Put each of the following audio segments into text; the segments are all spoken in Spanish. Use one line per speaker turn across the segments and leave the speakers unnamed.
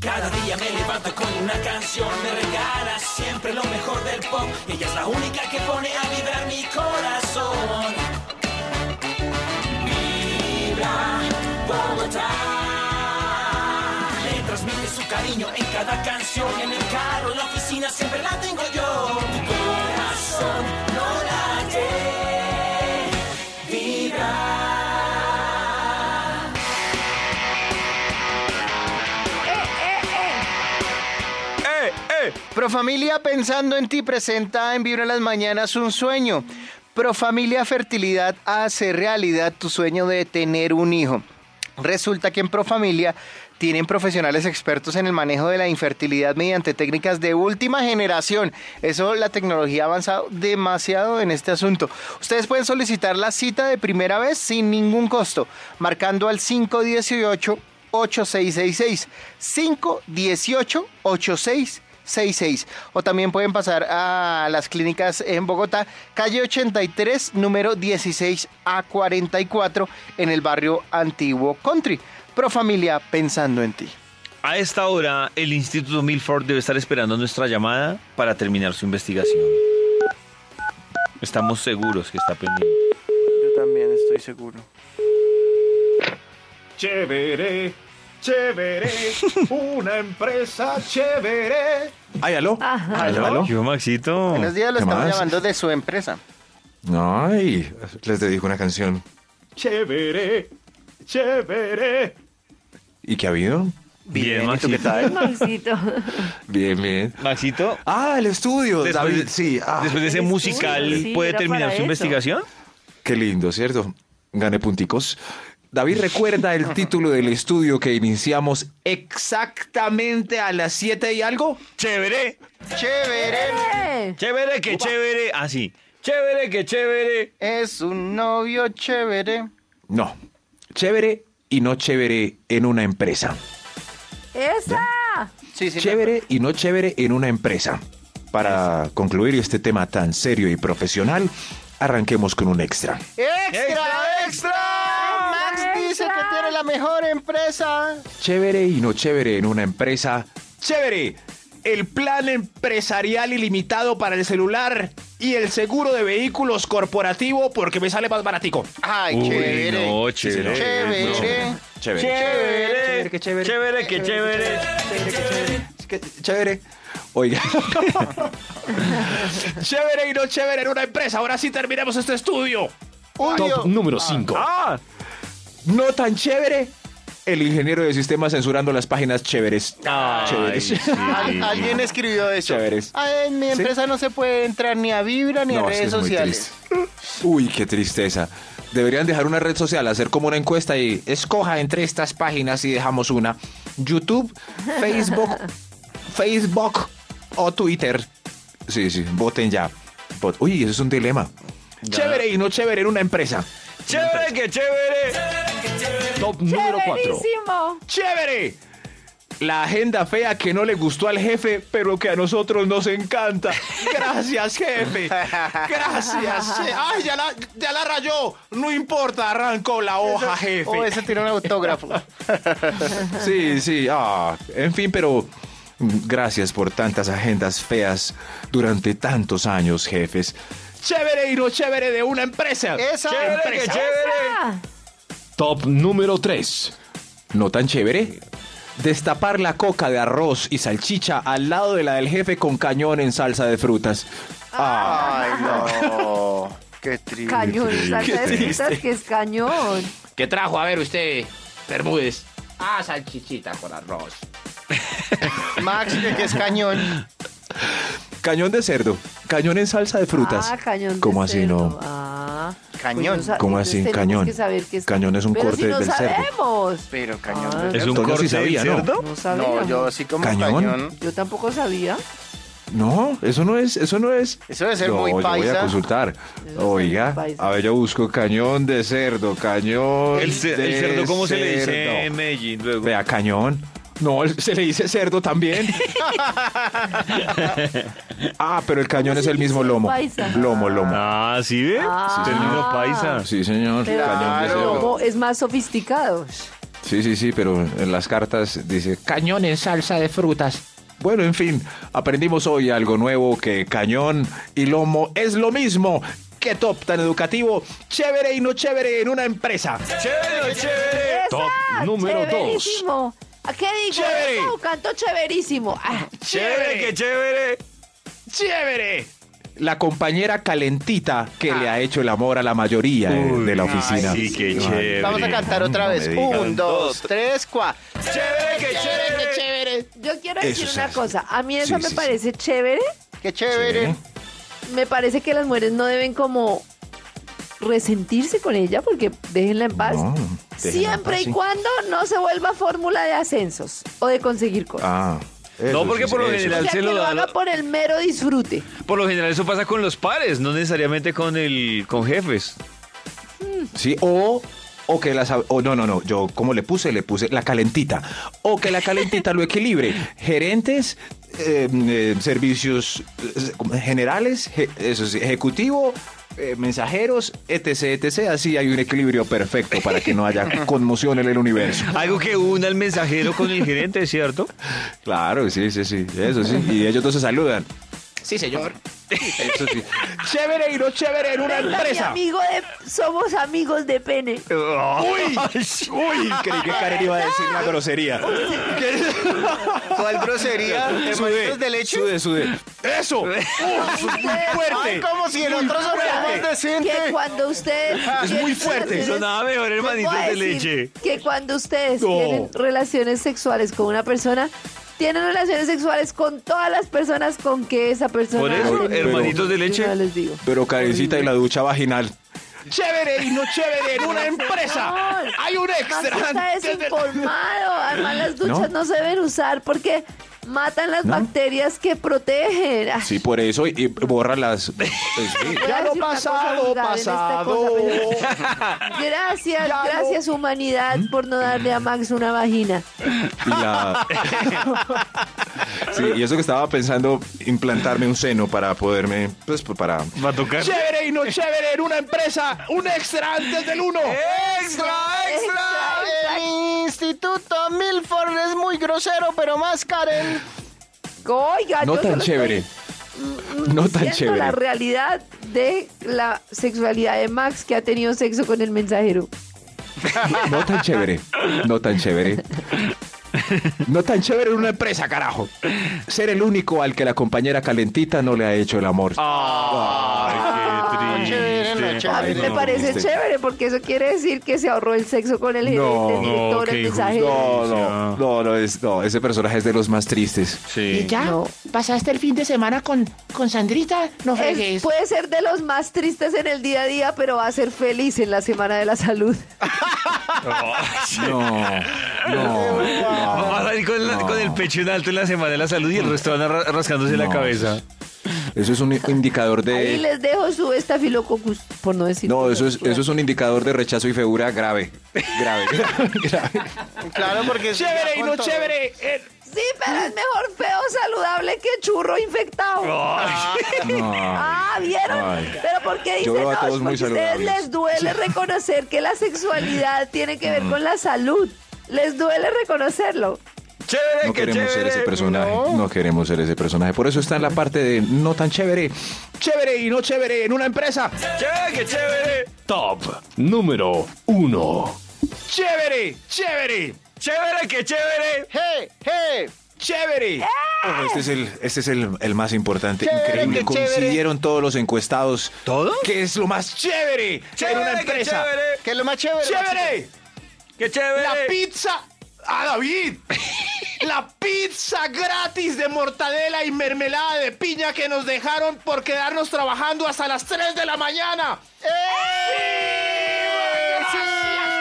Cada día me levanto con una canción, me regala siempre lo mejor del pop. Ella es la única que pone a vibrar mi corazón. Vibra Bogotá. Le transmite su cariño en cada canción, en el carro, en la oficina, siempre la tengo yo. Tu corazón no late. Vibra.
¡Eh, eh! Profamilia pensando en ti presenta en Vibra en las Mañanas un sueño. Profamilia Fertilidad hace realidad tu sueño de tener un hijo. Resulta que en Profamilia tienen profesionales expertos en el manejo de la infertilidad mediante técnicas de última generación. Eso la tecnología ha avanzado demasiado en este asunto. Ustedes pueden solicitar la cita de primera vez sin ningún costo, marcando al 518 8666 518 8666 o también pueden pasar a las clínicas en Bogotá, calle 83, número 16 a 44 en el barrio Antiguo Country. Pro familia pensando en ti.
A esta hora, el Instituto Milford debe estar esperando nuestra llamada para terminar su investigación. Estamos seguros que está pendiente.
Yo también estoy seguro.
Chévere, chévere, una empresa chévere. Ay, aló.
Ajá.
¿Aló?
Yo, Maxito.
Buenos días, lo
¿qué
estamos
más?
llamando de su empresa.
Ay, les dedico una canción.
Chévere, chévere.
¿Y qué ha habido?
Bien,
¿y tú qué
Maxito.
tal?
Maxito. bien, bien.
Maxito,
Ah, el estudio.
Después
David,
de-
sí. ah,
después de ese
Estudio,
musical,
sí,
¿puede
era
terminar
para
su
eso.
investigación?
Qué lindo, ¿cierto? Gané punticos. David recuerda el título del estudio que iniciamos exactamente a las 7 y algo.
Chévere,
Chévere.
¡Eh!
chévere, que chévere. Ah, Así. Chévere, que chévere.
Es un novio chévere.
No. Chévere y no chévere en una empresa.
¡Esa!
Sí, sí.
chévere y no chévere en una empresa. Para concluir este tema tan serio y profesional, arranquemos con un extra.
¡Extra, extra! Max dice que tiene la mejor empresa.
Chévere y no chévere en una empresa. ¡Chévere! El plan empresarial ilimitado para el celular y el seguro de vehículos corporativo porque me sale más baratico.
Ay,
Uy,
chévere.
no, chévere.
Chévere.
No.
Chévere.
Chévere,
Chévere, que chévere.
Chévere, que chévere.
Qué Chévere. Oiga. chévere y no chévere en una empresa. Ahora sí terminemos este estudio.
Julio.
Top número 5.
Ah, no tan chévere. El ingeniero de sistemas censurando las páginas chéveres.
Ay,
chéveres.
sí.
Al- alguien escribió eso.
Chéveres.
Ay, en mi
¿Sí?
empresa no se puede entrar ni a Vibra ni a
No, es que
redes
es muy
sociales.
triste. Uy, qué tristeza. Deberían dejar una red social, hacer como una encuesta y escoja entre estas páginas y dejamos una. YouTube, Facebook, Facebook o Twitter. Sí, sí, voten ya. Vot- Uy, eso es un dilema. Chévere y no chévere en una empresa.
Chévere, que chévere.
Top número 4.
¡Chéverísimo!
¡Chévere! La agenda fea que no le gustó al jefe, pero que a nosotros nos encanta. Gracias, jefe. Gracias. je- Ay, ya la, ya la rayó. No importa, arrancó la hoja, jefe.
O ese tiene un autógrafo.
Sí, sí. Ah, en fin, pero mm, gracias por tantas agendas feas durante tantos años, jefes. Chévere y no chévere de una empresa.
Esa.
Chévere, que chévere.
¡Ah!
Top número 3.
No tan chévere. Destapar la coca de arroz y salchicha al lado de la del jefe con cañón en salsa de frutas. Ah,
Ay, no. Qué triste.
Cañón, salsa de frutas que es cañón.
¿Qué trajo? A ver usted, Bermúdez. Ah, salchichita con arroz.
Max, que, que es cañón.
cañón de cerdo, cañón en salsa de frutas.
Ah, cañón. de
¿Cómo así
cerdo.
no?
Ah.
Cañón.
no sa-
¿Cómo
entonces
así,
tenemos
cañón?
Que saber que es
Cañón es un
Pero
corte
si no
del cerdo.
sabemos.
Pero cañón.
Ah.
de-
Es un
Toño sí
corte
sabía, ¿no?
de cerdo.
No sabíamos.
No, yo así como
¿Cañón?
cañón.
Yo tampoco sabía.
No, eso no es, eso no es.
Eso debe ser
No,
muy
yo voy a
paisa.
consultar.
ser
Oiga,
muy paisa.
a ver, yo busco cañón de cerdo, cañón.
El, ce- el
de
cerdo, ¿cómo se le dice en
cerdo.
Medellín luego?
Vea, cañón. No, el- se le dice cerdo también. ah, pero el cañón
¿Cómo
es
se
el mismo
dice
lomo.
paisa?
Lomo, lomo.
Ah, ¿sí ve?
Ah.
Término paisa.
Sí, señor.
Pero
cañón de
claro.
cerdo.
como es más sofisticado.
Sí, sí, sí, pero en las cartas dice cañón en salsa de frutas. Bueno, en fin, aprendimos hoy algo nuevo que cañón y lomo es lo mismo. Qué top tan educativo, chévere y no chévere en una empresa.
Top número dos.
Chéverísimo. ¿A qué digo?
Chévere.
eso? Canto chéverísimo. Ah,
Chévere,
qué chévere!
¡Chévere! Ah. La compañera calentita que le ha hecho el amor a la mayoría eh, de la oficina.
Sí, qué chévere.
Vamos a cantar otra
No
vez.
me digas.
Un, dos, tres, cuatro.
yo quiero
Eso
decir
es
una
así.
cosa. A mí
Sí,
esa me
sí, sí.
parece chévere.
Qué chévere.
Me parece que las mujeres no deben como resentirse con ella porque déjenla en paz.
No, déjenla en
Siempre
paz,
y
sí.
cuando no se vuelva fórmula de ascensos o de conseguir cosas.
Ah, eso
No, porque
sí,
por lo
eso.
o
general
sea,
se
que
lo
lo
dan.
haga por el mero disfrute.
Por lo general eso pasa con los pares, no necesariamente con el con jefes.
Sí, o, o que las... O no, no, no, yo como le puse, le puse la calentita. O que la calentita lo equilibre. Gerentes, eh, eh, servicios eh, como generales, je- eso sí, ejecutivo, eh, mensajeros, etc, etc. Así hay un equilibrio perfecto para que no haya conmoción en el universo.
Algo que una al mensajero con el gerente, ¿cierto?
Claro, sí, sí, sí, eso sí. Y ellos dos se saludan.
Sí, señor.
Eso sí. chévere y no chévere en una
Venga, mi
empresa.
amigo de- somos amigos de pene.
Uy, creí que Karen iba a decir una grosería.
¿Cuál grosería? ¿Hermanitos de leche?
Sude, sude. ¡Eso! ¡Uh, eso es muy
Ay,
fuerte!
como si nosotros habláramos
Que
decente.
cuando ustedes
Es
tienen
muy fuerte.
relaciones-
Eso nada mejor,
Les voy
hermanitos
a
de
decir
leche.
Que cuando ustedes
No.
tienen relaciones sexuales con una persona, tienen relaciones sexuales con todas las personas con que esa persona.
Por eso,
ha tenido.
hermanitos de leche.
Yo les digo.
Pero Karencita y la ducha vaginal. ¡Chévere y no chévere en una empresa!
Señor,
¡Hay un
Max
extra!
está desinformado. Además, las duchas
No.
no, se deben usar porque matan las
No.
bacterias que protegen. Ay,
Sí, por eso, y- y borra las... pues sí.
voy a
Ya lo
decir una cosa
pasado,
vulgar en esta
pasado.
cosa, Gracias, gracias humanidad por no darle a Max una vagina.
Y la- Sí, y eso que estaba pensando, implantarme un seno para poderme, pues, para...
Va a tocar.
¡Chévere y no chévere en una empresa! ¡Un extra antes del uno!
¡Extra, eh. extra! El Instituto Milford es muy grosero, pero más Karen.
Oiga,
No
yo
tan
solo
chévere.
estoy, mm,
No tan
diciendo
chévere.
la realidad de la sexualidad de Max que ha tenido sexo con el mensajero.
No tan chévere. No tan chévere. No tan chévere en una empresa, carajo. Ser el único al que la compañera calentita no le ha hecho el amor.
Ah, Ay, qué
chévere,
triste.
no,
A
chévere.
mí
Ay,
me
no,
parece
viste.
chévere porque eso quiere decir que se ahorró el sexo con el gerente,
No,
el director,
no, qué
el
injusto.
mensajero.
No, no, no, no, es, no, ese personaje es de los más tristes.
Sí.
Y ya,
No.
pasaste el fin de semana con, con Sandrita, no
Es-
fregues.
puede ser de los más tristes en el día a día, pero va a ser feliz en la semana de la salud.
No, no, no.
Va a salir con, la-
No.
con el pecho en alto en la semana de la salud y el resto van a ra- rascándose la
No,
cabeza.
Eso es un indicador de...
Ahí les dejo su estafilococcus, por no decir.
Eh, No, eso es, eso es un indicador de rechazo y figura grave. Grave. grave.
Claro, porque... ¡Chévere y no chévere!
Sí, pero es mejor feo saludable que churro infectado.
No.
Ah, ¿vieron?
Ay.
Pero porque dicen,
Yo veo a
no,
todos
porque
muy
a ustedes
saludables".
les duele reconocer que la sexualidad tiene que ver
Mm.
con la salud. Les duele reconocerlo.
¡Chévere,
No
qué
queremos ser
chévere!
ese personaje. No. queremos ser ese personaje. Por eso está en la parte de no tan chévere. Chévere y no chévere en una empresa.
¡Chévere, qué chévere!
Top número uno.
Chévere, chévere,
¡Chévere, qué chévere!
¡Hey, hey!
chévere. Ojo, este es el, este es el, el más importante.
Chévere,
Increíble.
qué
Coincidieron todos los encuestados.
¿Todo?
¿Qué es lo más chévere, en una
¡Chévere, qué
empresa?
chévere!
¿Qué Ah, es lo más chévere?
Chévere.
¡Qué chévere!
La pizza. A David. La pizza gratis de mortadela y mermelada de piña que nos dejaron por quedarnos trabajando hasta las 3 de la mañana.
¡Eh!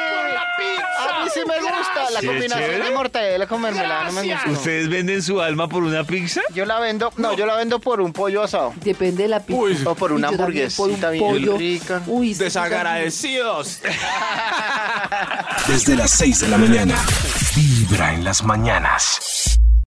por la pizza.
A mí sí me gusta la
Sí, es
combinación de
chévere.
mortadela con mermelada. No me
Gracias.
gusta.
¿Ustedes venden su alma por una pizza?
Yo la vendo, no, yo la vendo por un pollo asado.
Depende de la pizza.
O por una
Y yo también por
hamburguesita
un
bien
pollo.
rica.
Uy, sí,
Desagradecidos.
Desde las 6 de la mañana. Vibra en las mañanas.